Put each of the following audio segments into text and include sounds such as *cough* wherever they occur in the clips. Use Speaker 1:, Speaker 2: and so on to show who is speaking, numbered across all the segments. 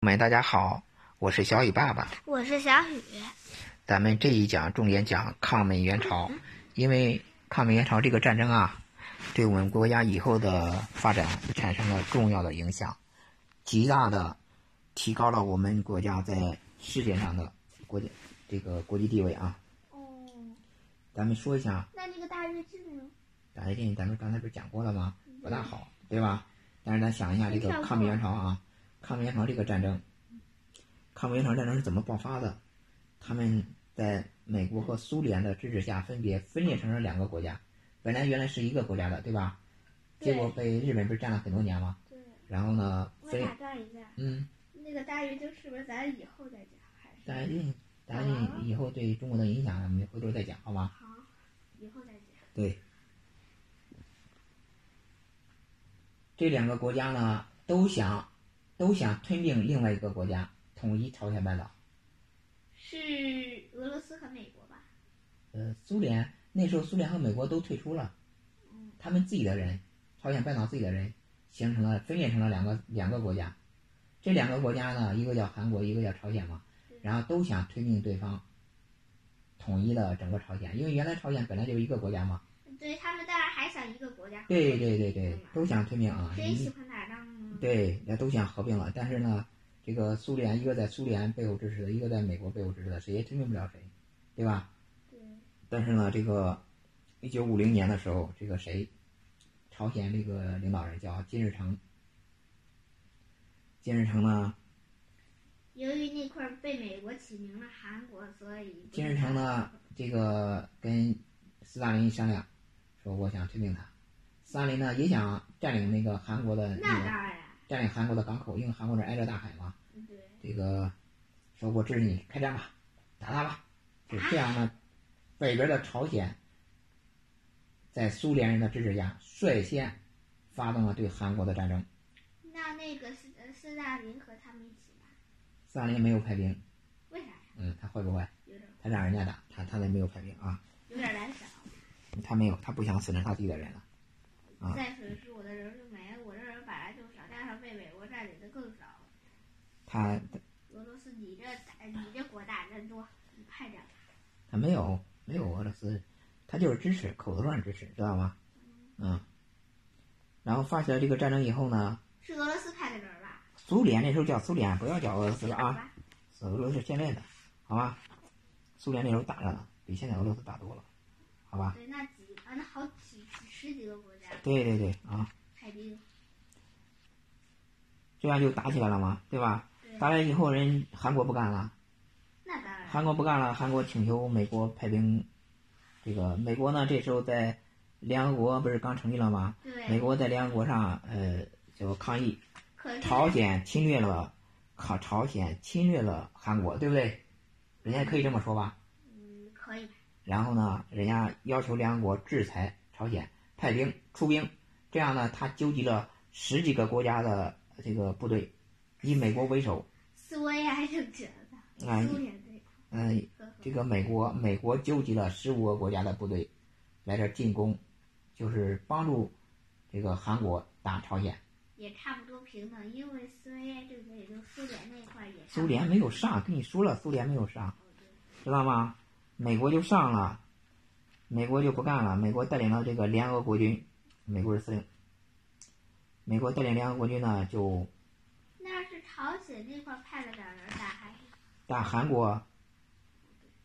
Speaker 1: 们大家好，我是小雨爸爸。
Speaker 2: 我是小雨，
Speaker 1: 咱们这一讲重点讲抗美援朝，因为抗美援朝这个战争啊，对我们国家以后的发展产生了重要的影响，极大的提高了我们国家在世界上的国际这个国际地位啊。
Speaker 2: 哦，
Speaker 1: 咱们说一下
Speaker 2: 那这个大日志呢？
Speaker 1: 打击咱们刚才不是讲过了吗？不大好，对吧？但是咱想一下这个抗美援朝啊，抗美援朝这个战争，抗美援朝战争是怎么爆发的？他们在美国和苏联的支持下，分别分裂成了两个国家，本来原来是一个国家的，对吧？
Speaker 2: 对
Speaker 1: 结果被日本不是占了很多年吗？
Speaker 2: 对，
Speaker 1: 然后呢，
Speaker 3: 我
Speaker 1: 分
Speaker 3: 打断一下，
Speaker 1: 嗯，
Speaker 3: 那个大鱼就是不是咱以后再讲，还是
Speaker 1: 但是但是以后对中国的影响，我们回头再讲，好吗？
Speaker 3: 好，以后再讲。
Speaker 1: 对，这两个国家呢，都想都想吞并另外一个国家，统一朝鲜半岛。
Speaker 3: 是俄罗斯和美国吧？
Speaker 1: 呃，苏联那时候，苏联和美国都退出了，
Speaker 3: 嗯
Speaker 1: 他们自己的人，朝鲜半岛自己的人，形成了分裂成了两个两个国家。这两个国家呢，一个叫韩国，一个叫朝鲜嘛，然后都想吞并对方，统一了整个朝鲜，因为原来朝鲜本来就是一个国家嘛。
Speaker 3: 对他们当然还想一个国家。
Speaker 1: 对对对对，都想吞并啊。
Speaker 3: 谁
Speaker 1: 一
Speaker 3: 喜欢打仗呢？
Speaker 1: 对，那都想合并了，但是呢，这个苏联一个在苏联背后支持的，一个在美国背后支持的，谁也推并不了谁，对吧？
Speaker 3: 对，
Speaker 1: 但是呢，这个一九五零年的时候，这个谁，朝鲜这个领导人叫金日成，金日成呢，
Speaker 3: 由于那块儿被美国起名了韩国，所以
Speaker 1: 金日成呢，这个跟斯大林一商量，说我想推并他，斯大林呢也想占领那个韩国的那
Speaker 3: 那当
Speaker 1: 个
Speaker 3: 然，
Speaker 1: 占领韩国的港口，因为韩国那儿挨着大海嘛。
Speaker 3: 对，
Speaker 1: 这个说我支持你，开战吧，打他吧。就这样呢，北边的朝鲜在苏联人的支持下，率先发动了对韩国的战争。
Speaker 3: 那那个斯呃斯大林和他们一起吧？
Speaker 1: 斯大林没有派兵，
Speaker 3: 为啥呀？
Speaker 1: 嗯，他会不会？
Speaker 3: 有点
Speaker 1: 他让人家打，他他那没有派兵啊，
Speaker 3: 有点胆小。
Speaker 1: 他没有，他不想损伤他自己的人了。啊
Speaker 3: 再损失我的人就没了，我这人本来就少，加上被美国占领的更少。
Speaker 1: 他
Speaker 3: 俄罗斯，你这打你这国打人多，你快点吧。
Speaker 1: 他没有没有俄罗斯，他就是支持，口头上支持，知道吗？嗯。然后发起了这个战争以后呢，
Speaker 3: 是俄罗斯派的人吧？
Speaker 1: 苏联那时候叫苏联，不要叫俄罗斯了啊。
Speaker 3: 吧？
Speaker 1: 俄罗斯现在的，好吧？苏联那时候打着呢，比现在俄罗斯大多了，好吧？
Speaker 3: 对，那几啊，那好几几十几个国家
Speaker 1: 对对对啊，
Speaker 3: 派兵，
Speaker 1: 这样就打起来了嘛，对吧？
Speaker 3: 对
Speaker 1: 打了以后，人韩国不干了，
Speaker 3: 那当然。
Speaker 1: 韩国不干了，韩国请求美国派兵。这个美国呢，这时候在联合国不是刚成立了吗？美
Speaker 3: 对，
Speaker 1: 国在联合国上，呃，就抗议
Speaker 3: 可是
Speaker 1: 朝鲜侵略了，靠朝鲜侵略了韩国，对不对？人家可以这么说吧？
Speaker 3: 嗯，可以吧？
Speaker 1: 然后呢，人家要求联合国制裁朝鲜，派兵出兵，这样呢，他纠集了十几个国家的这个部队，以美国为首，
Speaker 3: 苏维埃政权
Speaker 1: *laughs*
Speaker 3: 的
Speaker 1: 哎
Speaker 3: 苏联这一块
Speaker 1: 嗯、
Speaker 3: 呵呵
Speaker 1: 这个美国美国纠集了十五个国家的部队，来这儿进攻，就是帮助这个韩国打朝鲜。
Speaker 3: 也差不多平等，因为苏维埃政权也就苏联那块儿也差
Speaker 1: 苏
Speaker 3: 不多
Speaker 1: 联没有上，跟你说了，苏联没有上，知道吗？美国就上了，美国就不干了。美国带领了这个联俄国军，美国是司令。美国带领联合国军呢，就
Speaker 3: 那是朝鲜那块儿派了点儿人打，还是
Speaker 1: 打韩国，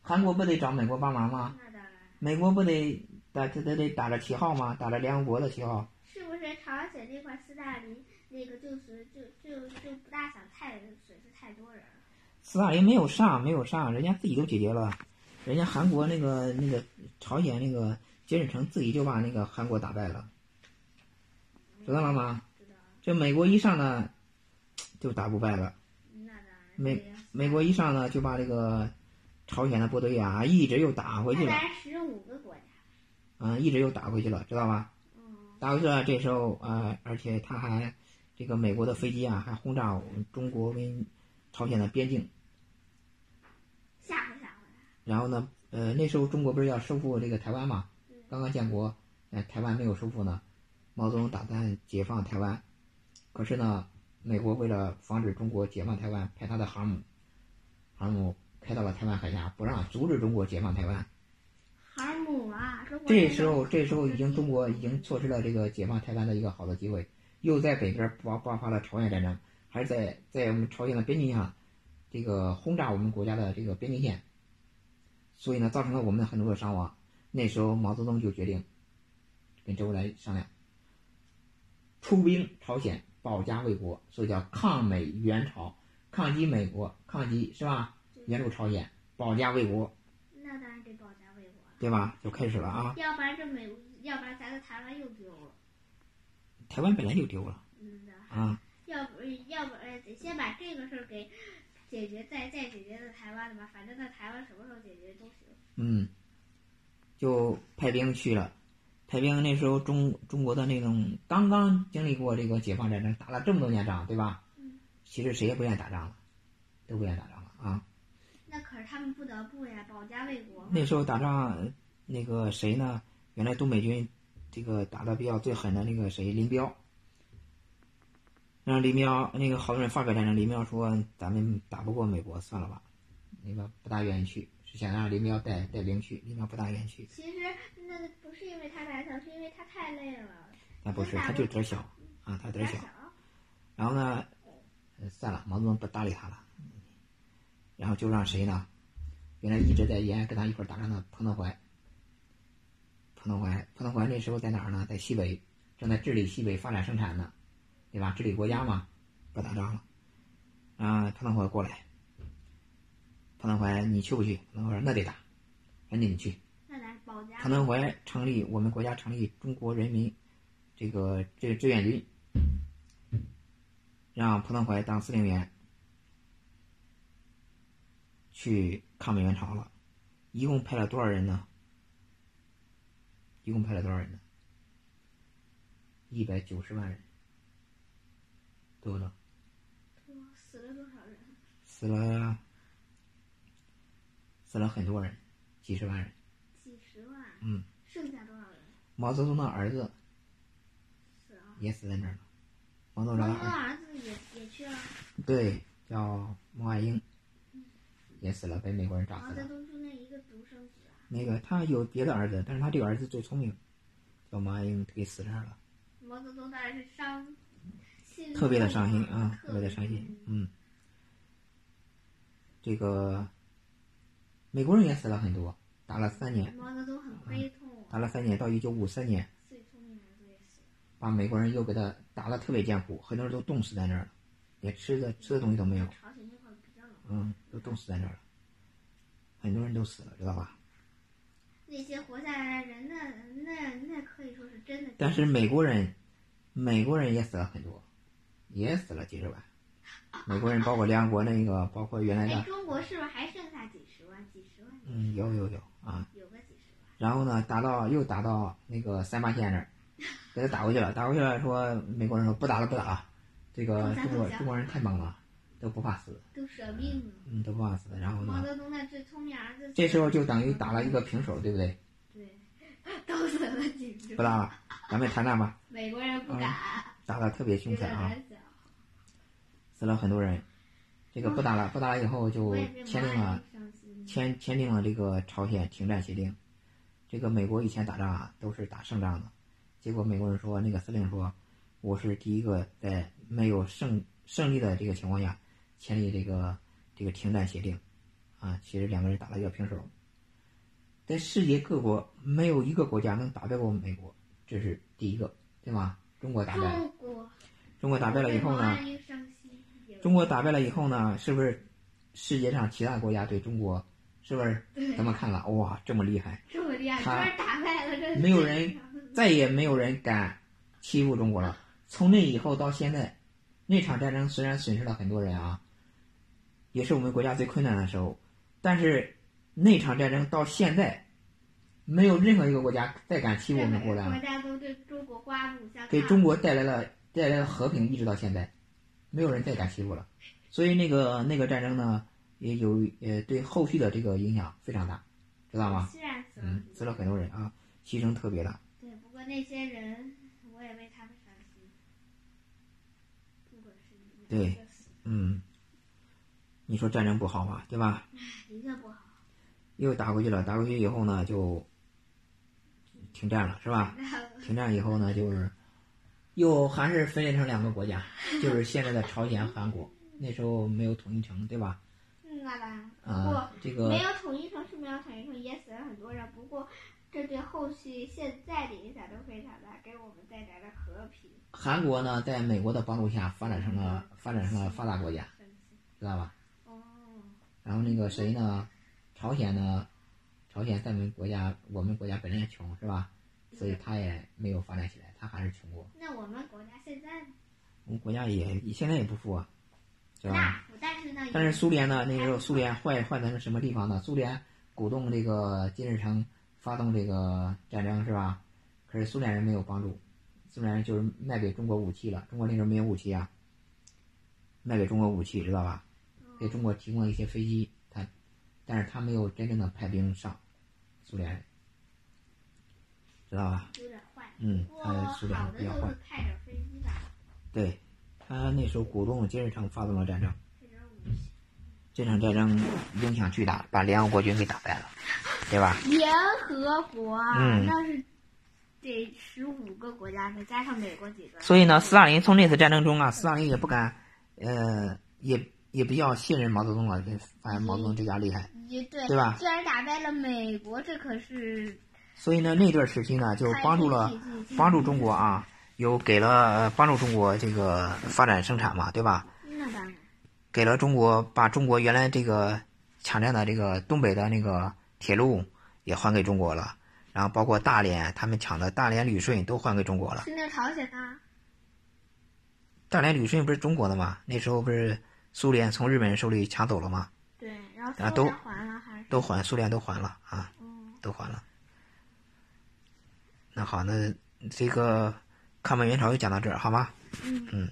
Speaker 1: 韩国不得找美国帮忙吗？
Speaker 3: 那当然。
Speaker 1: 美国不得打这得得打着旗号吗？打着联合国的旗号，
Speaker 3: 是不是朝鲜那块儿斯大林那个就是就就就不大想太损失太多人了？
Speaker 1: 斯大林没有上，没有上，人家自己都解决了，人家韩国那个那个朝鲜那个金日成自己就把那个韩国打败了，知道了吗？
Speaker 3: 知道？
Speaker 1: 这美国一上呢，就打不败了。
Speaker 3: 嗯那当然。
Speaker 1: 美
Speaker 3: 对呀
Speaker 1: 美国一上呢，就把这个朝鲜的部队啊，一直又打回去
Speaker 3: 那
Speaker 1: 了，
Speaker 3: 咱十五个国家，
Speaker 1: 嗯，一直又打回去了，知道吧？
Speaker 3: 嗯，
Speaker 1: 打回去了，这时候啊、呃而且他还这个美国的飞机啊，还轰炸我们中国跟朝鲜的边境。
Speaker 3: 吓唬吓唬他。
Speaker 1: 然后呢，呃，那时候中国不是要收复这个台湾嘛
Speaker 3: 嗯，
Speaker 1: 刚刚建国，哎呃，台湾没有收复呢，毛泽东打算解放台湾，可是呢，美国为了防止中国解放台湾，派他的航母，航母开到了台湾海峡，不让阻止中国解放台湾。
Speaker 3: 航母啊，中国
Speaker 1: 这
Speaker 3: 那个
Speaker 1: 时候，这时候已经中国已经错失了这个解放台湾的一个好的机会，又在北边爆爆发了朝鲜战争，还是在在我们朝鲜的边境上，这个轰炸我们国家的这个边境线，所以呢，造成了我们很多的伤亡。那时候，毛泽东就决定跟周恩来商量，出兵朝鲜，保家卫国，所以叫抗美援朝，抗击美国，抗击是吧？援助朝鲜，保家卫国，
Speaker 3: 那当然得保家卫国了，
Speaker 1: 对吧？就开始了啊！
Speaker 3: 要不然这美，要不然咱的台湾又丢了。
Speaker 1: 台湾本来就丢了
Speaker 3: 嗯的，
Speaker 1: 啊。
Speaker 3: 要不要不呃得先把这个事儿给解决，再再解决到台湾的吧。反正到台湾什么时候解决都行。
Speaker 1: 嗯，就派兵去了。派兵那时候中中国的那种刚刚经历过这个解放战争，打了这么多年仗，对吧？
Speaker 3: 嗯
Speaker 1: 其实谁也不愿意打仗了，都不愿意打仗了啊。
Speaker 3: 那可是他们不得不呀，保家卫国嘛。
Speaker 1: 那时候打仗，呃那个谁呢？原来东北军这个打的比较最狠的那个谁林彪，让林彪那个好多人发表战争，林彪说咱们打不过美国，算了吧，那个不大愿意去，是想让林彪带带兵去，林彪不大愿意去，
Speaker 3: 其实那不是因为他胆小，是因为他太累了。
Speaker 1: 但不是他就胆小啊，他胆
Speaker 3: 胆
Speaker 1: 小。
Speaker 3: 小，
Speaker 1: 然后呢，呃算了，毛泽东不搭理他了，然后就让谁呢？原来一直在延安跟他一块儿打仗的彭德怀，彭德怀，彭德怀那时候在哪儿呢？在西北，正在治理西北发展生产呢，对吧？治理国家嘛，不打仗了。啊，彭德怀过来，彭德怀，你去不去？彭德怀说那得打，赶紧你去。
Speaker 3: 那咱保家
Speaker 1: 彭。德怀成立我们国家成立中国人民这个志志愿军，让彭德怀当司令员去抗美援朝了。一共派了多少人呢？一共派了多少人呢？一百九十万人，多不多？
Speaker 3: 哇死了多少人？
Speaker 1: 死了，死了很多人，几十万人。
Speaker 3: 几十万。
Speaker 1: 嗯。
Speaker 3: 剩下多少人
Speaker 1: 毛泽东的儿子
Speaker 3: 死了？
Speaker 1: 也死在那儿了。毛泽
Speaker 3: 毛
Speaker 1: 东
Speaker 3: 泽
Speaker 1: 的
Speaker 3: 东
Speaker 1: 儿子
Speaker 3: 儿子也也去了，
Speaker 1: 对，叫毛岸英，也死了，被美国人炸
Speaker 3: 毛
Speaker 1: 死
Speaker 3: 泽
Speaker 1: 了。
Speaker 3: 东就那一个独生子啊。
Speaker 1: 那个他有别的儿子，但是他这个儿子最聪明，叫毛岸英，给死这儿了，
Speaker 3: 毛泽东当然是伤心，
Speaker 1: 特别的伤心啊，
Speaker 3: 特
Speaker 1: 特别的伤心。。嗯，这个美国人也死了很多，打了三年，
Speaker 3: 毛泽东很悲痛啊，
Speaker 1: 打了三年，到一九五三年，
Speaker 3: 最聪明的儿子也死了。
Speaker 1: 把美国人又给他打得特别艰苦，很多人都冻死在那儿了，连吃的吃的东西都没有。
Speaker 3: 朝鲜那会儿比较冷，
Speaker 1: 嗯，都冻死在那儿了，很多人都死了，知道吧？
Speaker 3: 那些活下来的人，那那那可以说是真的。
Speaker 1: 但是美国人，美国人也死了很多，也死了几十万。美国人包括联合国那个，包括原来
Speaker 3: 哎，
Speaker 1: 的，
Speaker 3: 中国是不是还剩下几十万？几十万？
Speaker 1: 嗯，有有有啊。
Speaker 3: 有个几十万。
Speaker 1: 然后呢，打到又打到那个三八线那儿，给他打过去了。打过去了，说美国人说不打了，不打了，这个中国中国人太猛了，都不怕死，
Speaker 3: 都舍命了。
Speaker 1: 嗯，都不怕死。然后
Speaker 3: 毛
Speaker 1: 呢，
Speaker 3: 泽东的最聪明儿子死了，
Speaker 1: 这时候就等于打了一个平手，对不对？
Speaker 3: 对， *laughs* 都死了几十
Speaker 1: 不
Speaker 3: 万。
Speaker 1: 打了，咱们谈谈吧。
Speaker 3: 美国人不敢，
Speaker 1: 打的特别凶
Speaker 3: 有
Speaker 1: 残
Speaker 3: 点
Speaker 1: 啊，
Speaker 3: 胆小。
Speaker 1: 死了很多人。这个不打了，不打了以后就
Speaker 3: 我也被
Speaker 1: 哦签
Speaker 3: 毛
Speaker 1: 订了啊
Speaker 3: 岸。英伤心。
Speaker 1: 签签订了这个朝鲜停战协定。这个美国以前打仗啊，都是打胜仗的，结果美国人说，那个司令说，我是第一个在没有胜胜利的这个情况下签立这个这个停战协定，啊，其实两个人打了一个平手。在世界各国，没有一个国家能打败过美国，这是第一个，对吗？中国打败了，
Speaker 3: 中国
Speaker 1: 中国打败了以后
Speaker 3: 被毛
Speaker 1: 呢，
Speaker 3: 岸英伤心有
Speaker 1: 中国打败了以后呢，是不是世界上其他国家对中国是不是
Speaker 3: 对
Speaker 1: 咱们看了，哇，这么厉害，
Speaker 3: 这么厉害，
Speaker 1: 他
Speaker 3: 居然打败了这
Speaker 1: 没有人再也没有人敢欺负中国了。从那以后到现在，那场战争虽然损失了很多人啊，也是我们国家最困难的时候，但是那场战争到现在，没有任何一个国家再敢欺负我们国
Speaker 3: *laughs* 国
Speaker 1: 家了，
Speaker 3: 家都对中国刮目相看。
Speaker 1: 给中国带来了带来了和平，一直到现在，没有人再敢欺负了。所以那个那个战争呢，也有呃对后续的这个影响非常大，知道吗？
Speaker 3: 虽然死了
Speaker 1: 嗯，死了很多人啊，牺牲特别大。
Speaker 3: 对，不过那些人，我也为他们伤心。不管是哪
Speaker 1: 对
Speaker 3: 就死
Speaker 1: 嗯，你说战争不好吧，对吧？
Speaker 3: 一个不好，
Speaker 1: 又打过去了，打过去以后呢，就停战了，是吧？停战以后呢，就是又还是分裂成两个国
Speaker 3: *laughs*
Speaker 1: 家，就是现在的朝鲜、韩国。那时候没有统一成，对吧？
Speaker 3: 嗯那当然。
Speaker 1: 啊、这个
Speaker 3: 没有统一城市，没有统一城市也死了很多人，不过这对后续现在的影响都非常大，给我们带来了和平。
Speaker 1: 韩国呢，在美国的帮助下发展成了发展成了发达国家，
Speaker 3: 真是。
Speaker 1: 知道吧？
Speaker 3: 哦，
Speaker 1: 然后那个谁呢，朝鲜呢，朝鲜在我们国家，我们国家本来也穷，是吧？所以他也没有发展起来，他还是穷国。
Speaker 3: 那我们国家现在
Speaker 1: 我们国家也现在也不富啊，对吧？
Speaker 3: 那不，但是呢，
Speaker 1: 但是苏联呢，那时候苏联坏坏在什么地方呢？苏联鼓动这个金日成发动这个战争是吧？可是苏联人没有帮助，苏联人就是卖给中国武器了。中国那时候没有武器啊，卖给中国武器知道吧？
Speaker 3: 嗯
Speaker 1: 给中国提供了一些飞机，他，但是他没有真正的派兵上苏联人，知道吧？
Speaker 3: 有点坏。
Speaker 1: 嗯
Speaker 3: 不，过
Speaker 1: 他苏联
Speaker 3: 好
Speaker 1: 比
Speaker 3: 的
Speaker 1: 较
Speaker 3: 就
Speaker 1: 坏
Speaker 3: 是。派点飞机吧，
Speaker 1: 对，他那时候鼓动金日成发动了战争。
Speaker 3: 派点武器。
Speaker 1: 这场战争影响巨大，把联合国军给打败了，对吧？
Speaker 3: 联合国啊，
Speaker 1: 嗯
Speaker 3: 那是得十五个国家呢，再加上美国几个。
Speaker 1: 所以呢，斯大林从那次战争中啊，斯大林也不敢，呃，也也比较信任毛泽东了，发现毛泽东这家厉害，
Speaker 3: 也对，
Speaker 1: 对吧
Speaker 3: 虽然打败了美国，这可是
Speaker 1: 所以呢，那段时期呢，就帮助了
Speaker 3: 开辟地区
Speaker 1: 帮助中国啊，有给了呃帮助中国这个发展生产嘛，对吧？
Speaker 3: 那当然。
Speaker 1: 给了中国，把中国原来这个抢占的这个东北的那个铁路也还给中国了，然后包括大连，他们抢的大连旅顺都还给中国了。
Speaker 3: 是那个朝鲜啊呢？
Speaker 1: 大连旅顺不是中国的吗？那时候不是苏联从日本人手里抢走了吗？
Speaker 3: 对，然后
Speaker 1: 啊
Speaker 3: 苏
Speaker 1: 都
Speaker 3: 联还了还是？
Speaker 1: 都还苏联都还了啊，
Speaker 3: 嗯，
Speaker 1: 都还了。那好，那这个抗美援朝就讲到这儿，好吗？
Speaker 3: 嗯
Speaker 1: 嗯。